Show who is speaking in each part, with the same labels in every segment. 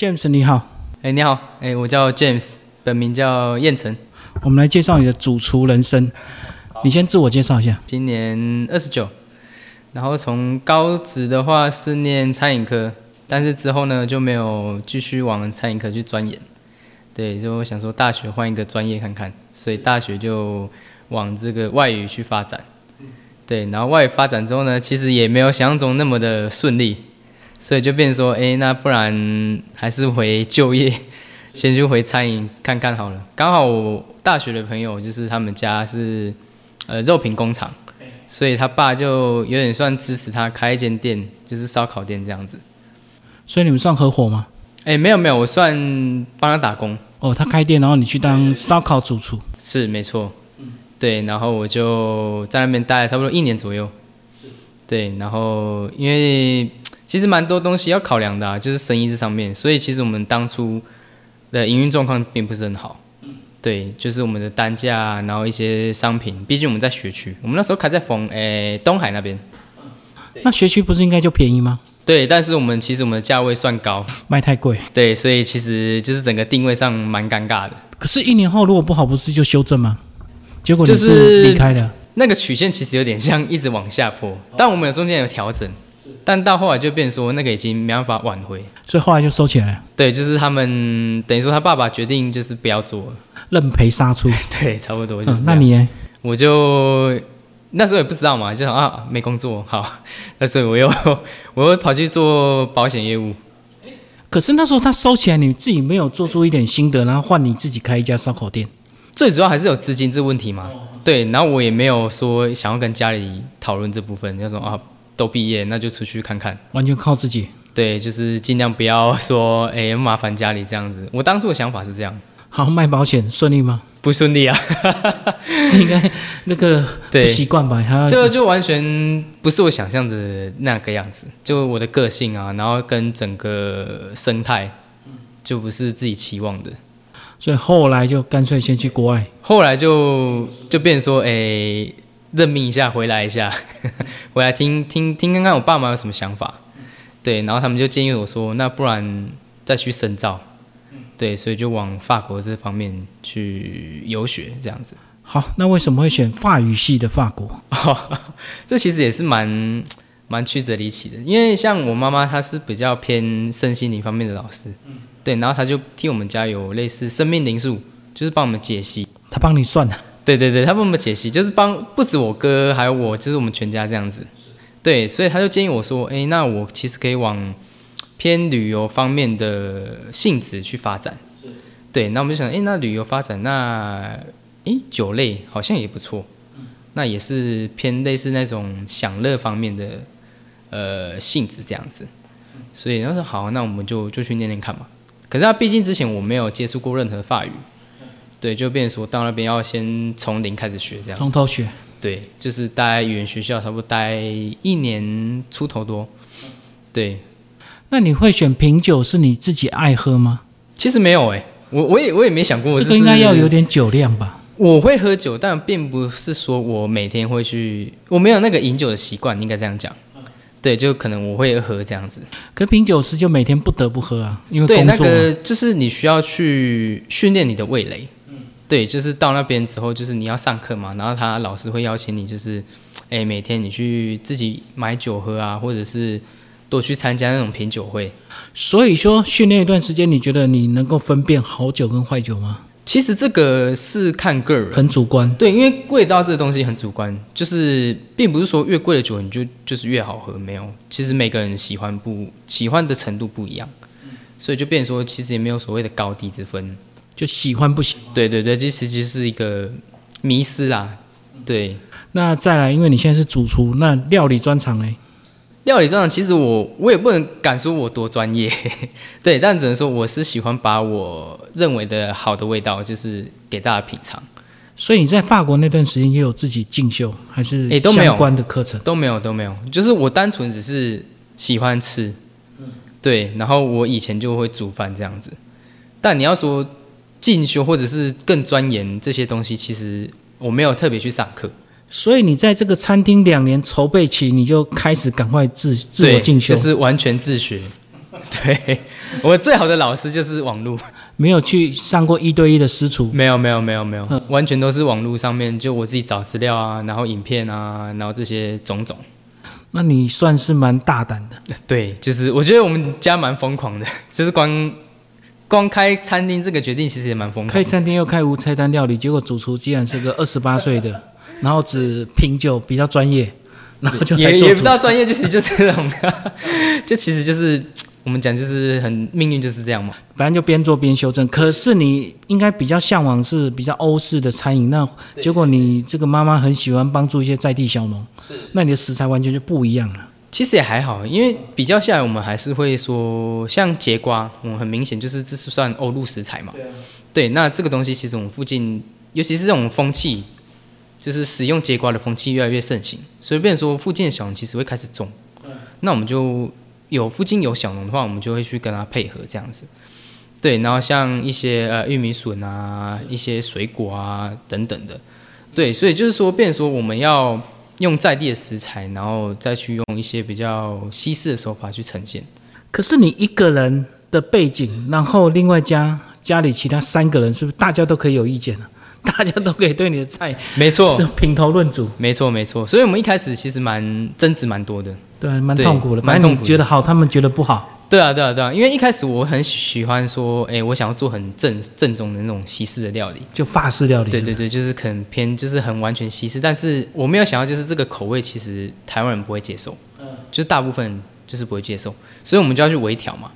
Speaker 1: James，你好，
Speaker 2: 哎、你好，哎、我叫 James，本名叫燕城，
Speaker 1: 我们来介绍你的主厨人生。你先自我介绍一下。
Speaker 2: 今年二十九，然后从高职的话是念餐饮科，但是之后呢就没有继续往餐饮科去钻研，对，就想说大学换一个专业看看，所以大学就往这个外语去发展，对，然后外语发展之后呢，其实也没有想象中那么的顺利，所以就变成说，哎、那不然还是回就业， 先去回餐饮看看好了。刚好我大学的朋友就是他们家是呃肉品工厂，所以他爸就有点算支持他开一间店，就是烧烤店这样子。
Speaker 1: 所以你们算合伙吗？
Speaker 2: 哎、没有没有，我算帮他打工，
Speaker 1: 哦，他开店，然后你去当烧烤主厨。
Speaker 2: 是没错。对，然后我就在那边待了差不多一年左右。对，然后因为其实蛮多东西要考量的、啊，就是生意这上面，所以其实我们当初的营运状况并不是很好。对，就是我们的单价，然后一些商品，毕竟我们在学区，我们那时候开在逢诶东海那边。
Speaker 1: 那学区不是应该就便宜吗？
Speaker 2: 对，但是我们其实我们的价位算高，
Speaker 1: 卖太贵。
Speaker 2: 对，所以其实就是整个定位上蛮尴尬的。
Speaker 1: 可是，一年后如果不好，不是就修正吗？结果你
Speaker 2: 就是是
Speaker 1: 离开了。
Speaker 2: 那个曲线其实有点像一直往下坡，但我们有中间有调整，但到后来就变成说那个已经没办法挽回。
Speaker 1: 所以后来就收起来了，
Speaker 2: 对，就是他们等于说他爸爸决定就是不要做了，
Speaker 1: 认赔杀出。
Speaker 2: 对，差不多就
Speaker 1: 嗯，
Speaker 2: 是这样、
Speaker 1: 那你呢
Speaker 2: 我就那时候也不知道嘛，就想啊没工作好，那所以我又 我又跑去做保险业务。
Speaker 1: 可是那时候他收起来，你自己没有做出一点心得，然后换你自己开一家烧烤店。
Speaker 2: 最主要还是有资金这问题嘛。对，然后我也没有说想要跟家里讨论这部分，就说啊都毕业那就出去看看。
Speaker 1: 完全靠自己。
Speaker 2: 对，就是尽量不要说哎、麻烦家里这样子。我当初的想法是这样，
Speaker 1: 好，卖保险顺利吗？
Speaker 2: 不顺利啊，
Speaker 1: 是应该那个不
Speaker 2: 对
Speaker 1: 习惯吧？ 还要
Speaker 2: 这个就完全不是我想象的那个样子，就我的个性啊，然后跟整个生态就不是自己期望的。
Speaker 1: 所以后来就干脆先去国外。
Speaker 2: 后来就就变成说，哎、任命一下，回来一下， 回来听听听看看我爸妈有什么想法。对，然后他们就建议我说，那不然再去深造。对，所以就往法国这方面去游学，这样子。
Speaker 1: 好，那为什么会选法语系的法国？
Speaker 2: 这其实也是蛮蛮曲折离奇的，因为像我妈妈，她是比较偏身心灵方面的老师，对，然后她就替我们家有类似生命灵数，就是帮我们解析
Speaker 1: 他帮你算啊的，
Speaker 2: 对对对，他帮我们解析，就是帮不止我哥，还有我，就是我们全家这样子。对，所以他就建议我说，诶，那我其实可以往偏旅游方面的性质去发展。对，那我们就想，诶，那旅游发展，那诶，酒类好像也不错，那也是偏类似那种享乐方面的呃性质这样子。所以他说好，那我们就就去念念看嘛。可是他毕竟之前我没有接触过任何法语，对，就变成说到那边要先从零开始学这样。
Speaker 1: 从头学。
Speaker 2: 对，就是待语言学校差不多待一年出头多。对，
Speaker 1: 那你会选品酒是你自己爱喝吗？
Speaker 2: 其实没有哎、我我也我也没想过，
Speaker 1: 这
Speaker 2: 就
Speaker 1: 个
Speaker 2: 是
Speaker 1: 应该要有点酒量吧？
Speaker 2: 我会喝酒，但并不是说我每天会去，我没有那个饮酒的习惯，应该这样讲。对，就可能我会喝这样子。
Speaker 1: 可品酒师就每天不得不喝啊，因为
Speaker 2: 对，
Speaker 1: 工
Speaker 2: 那
Speaker 1: 作嘛。
Speaker 2: 个就是你需要去训练你的味蕾。
Speaker 1: 嗯
Speaker 2: 对，就是到那边之后，就是你要上课嘛，然后他老师会邀请你，就是，哎，每天你去自己买酒喝啊，或者是多去参加那种品酒会。
Speaker 1: 所以说训练一段时间，你觉得你能够分辨好酒跟坏酒吗？
Speaker 2: 其实这个是看个人，
Speaker 1: 很主观。
Speaker 2: 对，因为味道这个东西很主观，就是并不是说越贵的酒你就就是越好喝，没有，其实每个人喜欢不喜欢的程度不一样，所以就变成说其实也没有所谓的高低之分。
Speaker 1: 就喜欢不喜欢。
Speaker 2: 对对对，这其实是一个迷失啊。对，
Speaker 1: 那再来，因为你现在是主厨，那料理专长哎，
Speaker 2: 料理专长其实我我也不能敢说我多专业， 对，但只能说我是喜欢把我认为的好的味道，就是给大家品尝。
Speaker 1: 所以你在法国那段时间也有自己进修还是
Speaker 2: 哎都没有
Speaker 1: 相关的课程？
Speaker 2: 都没有都没有，就是我单纯只是喜欢吃，对，然后我以前就会煮饭这样子。但你要说进修或者是更钻研这些东西，其实我没有特别去上课，
Speaker 1: 所以你在这个餐厅两年筹备期，你就开始赶快自自我
Speaker 2: 对
Speaker 1: 进修。
Speaker 2: 就是完全自学。 对我最好的老师就是 网络，
Speaker 1: 没有去上过一对一的私厨，
Speaker 2: 没有没有没有没有
Speaker 1: 嗯，
Speaker 2: 完全都是网络上面就我自己找资料啊，然后影片啊，然后这些种种。
Speaker 1: 那你算是蛮大胆的。
Speaker 2: 对，就是我觉得我们家蛮疯狂的， 就是光光开餐厅这个决定其实也蛮疯狂
Speaker 1: 开
Speaker 2: 的。
Speaker 1: 餐厅又开无菜单料理，结果主厨竟然是个二十八岁的，然后只品酒比较专业，然后就来
Speaker 2: 也
Speaker 1: 做
Speaker 2: 也
Speaker 1: 主
Speaker 2: 不
Speaker 1: 厨
Speaker 2: 到专业，就是 就是这种的，就其实就是我们讲就是很命运就是这样嘛。
Speaker 1: 反正就边做边修正。可是你应该比较向往是比较欧式的餐饮，那结果你这个妈妈很喜欢帮助一些在地小农，是，那你的食材完全就不一样了。
Speaker 2: 其实也还好，因为比较下来，我们还是会说像节瓜，我们很明显就是这是算欧陆食材嘛。对,、那这个东西其实我们附近，尤其是这种风气，就是使用节瓜的风气越来越盛行，所以变成说附近的小农其实会开始种。那我们就有附近有小农的话，我们就会去跟他配合这样子。对，然后像一些呃玉米笋啊、一些水果啊等等的，对，所以就是说，变成说我们要用在地的食材，然后再去用一些比较西式的手法去呈现。
Speaker 1: 可是你一个人的背景，然后另外加家里其他三个人，是不是大家都可以有意见了？啊 大家都可以对你的菜
Speaker 2: 没错
Speaker 1: 是，评头论足，
Speaker 2: 没错，没错。所以我们一开始其实蛮争执蛮多的。
Speaker 1: 对，蛮
Speaker 2: 对
Speaker 1: 痛苦的。
Speaker 2: 蛮
Speaker 1: 反
Speaker 2: 痛
Speaker 1: 正
Speaker 2: 苦的
Speaker 1: 你觉得好，他们觉得不好，
Speaker 2: 对啊，对啊，对啊，因为一开始我很喜欢说，哎，我想要做很正正宗的那种西式的料理。
Speaker 1: 就法式料理。
Speaker 2: 对
Speaker 1: 是吧
Speaker 2: 对对，就是可能偏就是很完全西式，但是我没有想到就是这个口味其实台湾人不会接受，嗯，就是大部分人就是不会接受，所以我们就要去微调嘛。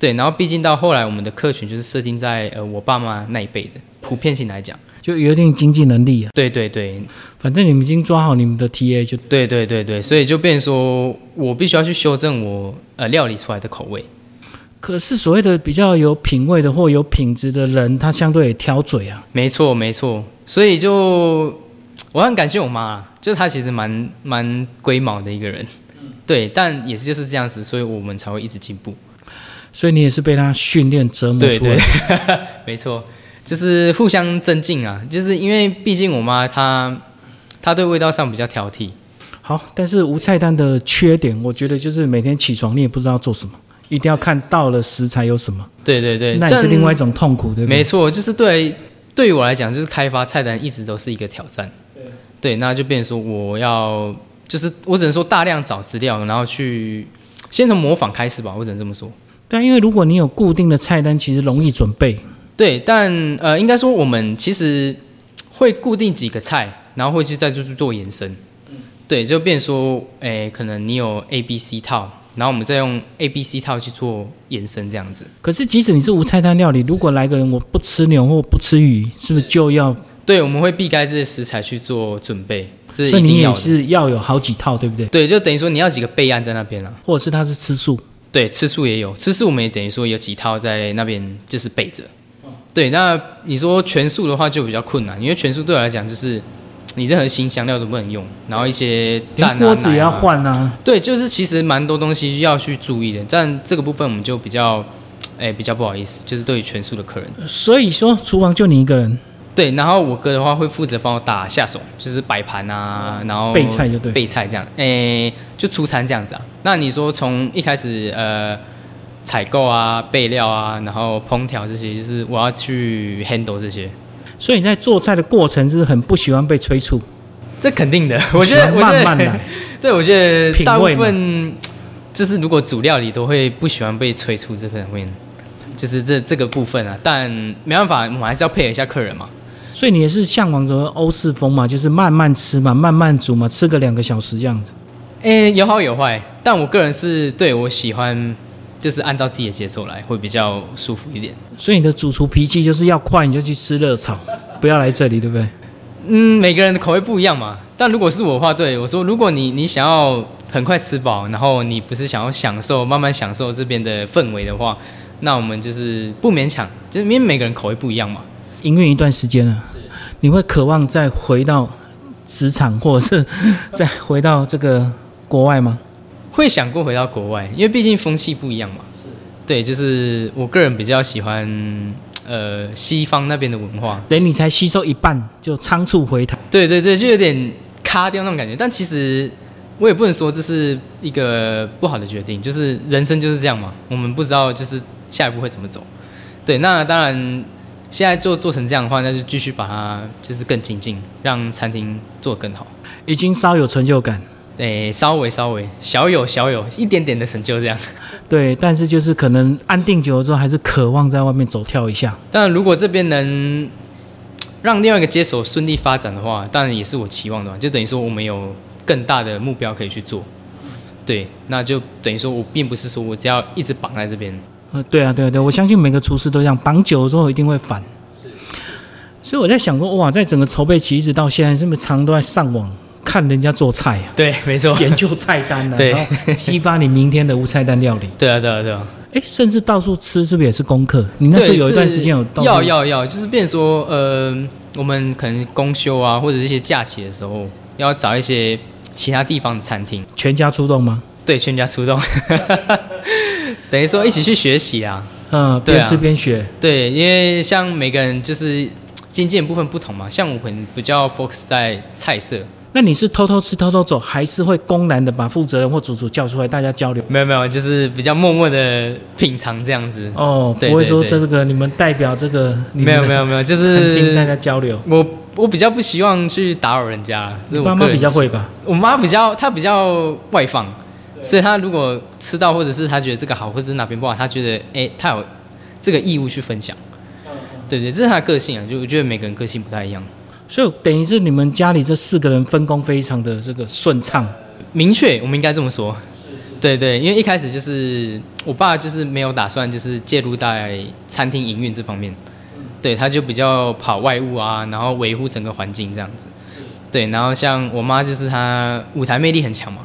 Speaker 2: 对，然后毕竟到后来我们的客群就是设定在呃我爸妈那一辈的，普遍性来讲，
Speaker 1: 就有一定经济能力啊。
Speaker 2: 对对对
Speaker 1: 反正你们已经抓好你们的 TA 就
Speaker 2: 对对对对，所以就变成说我必须要去修正我呃料理出来的口味。
Speaker 1: 可是所谓的比较有品味的或有品质的人，他相对也挑嘴啊。
Speaker 2: 没错，没错，所以就我很感谢我妈啊，就是她其实蛮蛮龟毛的一个人，对，但也是就是这样子，所以我们才会一直进步。
Speaker 1: 所以你也是被他训练折磨出来
Speaker 2: 对
Speaker 1: 的。
Speaker 2: 对， 没错，就是互相增进啊，就是因为毕竟我妈她她对味道上比较挑剔，
Speaker 1: 好，但是无菜单的缺点，我觉得就是每天起床你也不知道做什么，一定要看到了食材有什么，
Speaker 2: 对对对，
Speaker 1: 那也是
Speaker 2: 但
Speaker 1: 另外一种痛苦，对不
Speaker 2: 没
Speaker 1: 对？
Speaker 2: 错，就是对对于我来讲，就是开发菜单一直都是一个挑战。对，那就变成说我要，就是我只能说大量找资料，然后去先从模仿开始吧，我只能这么说。
Speaker 1: 但因为如果你有固定的菜单，其实容易准备。
Speaker 2: 对，但呃，应该说我们其实会固定几个菜，然后会去再去做延伸。
Speaker 1: 嗯
Speaker 2: 对，就变成说，诶、可能你有 A、B、C 套，然后我们再用 A、B、C 套去做延伸，这样子。
Speaker 1: 可是即使你是无菜单料理，如果来个人我不吃牛或不吃鱼，是不是就要？
Speaker 2: 对，我们会避开这些食材去做准备，这是
Speaker 1: 所以
Speaker 2: 一
Speaker 1: 你
Speaker 2: 定要
Speaker 1: 也
Speaker 2: 的。
Speaker 1: 是要有好几套，对不对？
Speaker 2: 对，就等于说你要几个备案在那边啊。
Speaker 1: 或者是他是吃素，
Speaker 2: 对，吃素也有，吃素我们也等于说有几套在那边就是备着。对，那你说全素的话就比较困难，因为全素对我来讲就是你任何新香料都不能用，然后一些蛋
Speaker 1: 连
Speaker 2: 啊、
Speaker 1: 哎锅子也要
Speaker 2: 奶啊。
Speaker 1: 换啊。
Speaker 2: 对，就是其实蛮多东西要去注意的，但这个部分我们就比较，哎、比较不好意思，就是对于全素的客人。
Speaker 1: 所以说，厨房就你一个人，
Speaker 2: 对，然后我哥的话会负责帮我打下手，就是摆盘啊，然后
Speaker 1: 哦备菜就对
Speaker 2: 备菜这样，诶、就出餐这样子啊。那你说从一开始呃采购啊、备料啊，然后烹调这些，就是我要去 handle 这些，
Speaker 1: 所以你在做菜的过程是很不喜欢被催促，
Speaker 2: 这肯定的。 我觉得，
Speaker 1: 喜
Speaker 2: 我
Speaker 1: 欢
Speaker 2: 觉得，
Speaker 1: 慢慢来。
Speaker 2: 对，我觉得
Speaker 1: 品
Speaker 2: 大部
Speaker 1: 味嘛
Speaker 2: 分就是如果煮料理都会不喜欢被催促这方面，就是这这个部分啊。但没办法，我们还是要配合一下客人嘛。
Speaker 1: 所以你也是向往着欧式风嘛，就是慢慢吃嘛，慢慢煮嘛，吃个两个小时这样子。
Speaker 2: 诶、有好有坏，但我个人是对我喜欢，就是按照自己的节奏来，会比较舒服一点。
Speaker 1: 所以你的主厨脾气就是要快，你就去吃热炒，不要来这里，对不对？
Speaker 2: 嗯，每个人的口味不一样嘛。但如果是我的话，对我说，如果你你想要很快吃饱，然后你不是想要享受慢慢享受这边的氛围的话，那我们就是不勉强，就是因为每个人口味不一样嘛。
Speaker 1: 营运一段时间了，你会渴望再回到职场，或者是再回到这个国外吗？
Speaker 2: 会想过回到国外，因为毕竟风气不一样嘛。对，就是我个人比较喜欢呃西方那边的文化。
Speaker 1: 等你才吸收一半就仓促回台，
Speaker 2: 对对对，就有点卡掉那种感觉。但其实我也不能说这是一个不好的决定，就是人生就是这样嘛，我们不知道就是下一步会怎么走。对，那当然现在就做成这样的话，那就继续把它就是更精进，让餐厅做得更好。
Speaker 1: 已经稍有成就感。
Speaker 2: 诶、稍微稍微小有小有一点点的成就这样。
Speaker 1: 对，但是就是可能安定久了之后，还是渴望在外面走跳一下。
Speaker 2: 当然，如果这边能让另外一个接手顺利发展的话，当然也是我期望的嘛，就等于说我们有更大的目标可以去做。对，那就等于说我并不是说我只要一直绑在这边。
Speaker 1: 呃，对啊，对啊，对啊我相信每个厨师都这样，绑久了之后一定会反。所以我在想说，哇，在整个筹备期一直到现在，是不是常都在上网看人家做菜 啊，
Speaker 2: 对，没错。
Speaker 1: 研究菜单啊，
Speaker 2: 对
Speaker 1: 然后激发你明天的无菜单料理。
Speaker 2: 对啊，对啊，对啊。
Speaker 1: 哎，甚至到处吃，是不是也是功课？你那时候有一段时间有到处
Speaker 2: 对是要要要，就是变成说，呃，我们可能公休啊，或者一些假期的时候，要找一些其他地方的餐厅，
Speaker 1: 全家出动吗？
Speaker 2: 对，全家出动， 等于说一起去学习啊。
Speaker 1: 嗯，
Speaker 2: 对啊
Speaker 1: 边吃边学。
Speaker 2: 对，因为像每个人就是经济的部分不同嘛，像我可能比较 focus 在菜色，
Speaker 1: 那你是偷偷吃偷偷走，还是会公然的把负责人或主厨叫出来，大家交流？
Speaker 2: 没有没有，就是比较默默的品尝这样子。
Speaker 1: 哦，
Speaker 2: 对
Speaker 1: 不会说
Speaker 2: 对对
Speaker 1: 这个你们代表这个，你
Speaker 2: 没
Speaker 1: 们
Speaker 2: 有
Speaker 1: 的
Speaker 2: 没有没有，就
Speaker 1: 餐厅大
Speaker 2: 是
Speaker 1: 家交流。
Speaker 2: 我我比较不希望去打扰人家，这
Speaker 1: 你
Speaker 2: 是我
Speaker 1: 爸
Speaker 2: 个
Speaker 1: 妈
Speaker 2: 人
Speaker 1: 比较
Speaker 2: 习惯
Speaker 1: 会吧？
Speaker 2: 我妈比较，她比较外放，所以她如果吃到，或者是她觉得这个好，或者是哪边不好，她觉得哎、她有这个义务去分享。对对，这是她的个性啊，就我觉得每个人个性不太一样。
Speaker 1: 所以等于是你们家里这四个人分工非常的这个顺畅。
Speaker 2: 明确，我们应该这么说。对对，因为一开始就是我爸就是没有打算就是介入在餐厅营运这方面，对，他就比较跑外务啊，然后维护整个环境这样子。对，然后像我妈就是她舞台魅力很强嘛，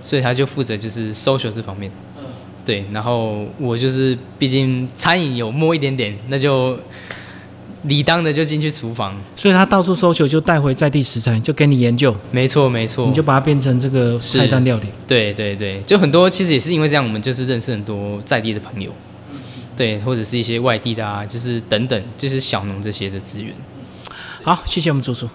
Speaker 2: 所以她就负责就是 social 这方面。对，然后我就是毕竟餐饮有摸一点点，那就理当的就进去厨房。
Speaker 1: 所以他到处搜求，就带回在地食材，就给你研究，
Speaker 2: 没错没错，
Speaker 1: 你就把它变成这个
Speaker 2: 哦是
Speaker 1: 菜单料理。
Speaker 2: 对对对，就很多其实也是因为这样，我们就是认识很多在地的朋友，对，或者是一些外地的啊，就是等等，就是小农这些的资源。
Speaker 1: 好，谢谢我们主厨。